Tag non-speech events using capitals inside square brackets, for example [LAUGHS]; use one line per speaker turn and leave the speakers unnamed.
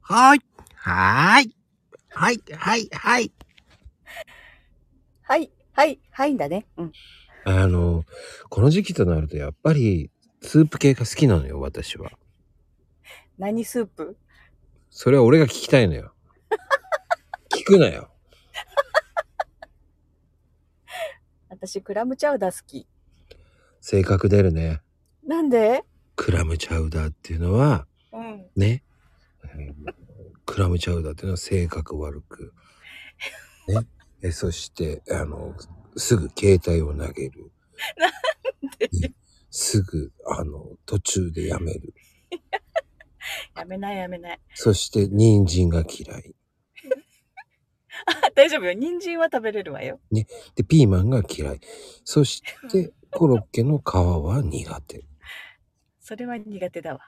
はーい。はーい。はい、はい、はい。
はい、はい、はいだね。うん。
あの、この時期となるとやっぱりスープ系が好きなのよ、私は。
何スープ
それは俺が聞きたい [LAUGHS] のよ。聞くなよ。
私、クラムチャウダー好き。
性格出るね。
なんで
クラムチャウダーっていうのは、
うん。
ね。クラムチャウダーっていうのは性格悪く。ね。えそして、あの、すぐ携帯を投げる。ねすぐ、あの、途中でやめる。
やめないやめない。 [LAUGHS]
そして、人参が嫌い。
あ大丈夫よ。人参は食べれるわよ。
で、ピーマンが嫌い。そして、コロッケの皮は苦手。
それは苦手だわ。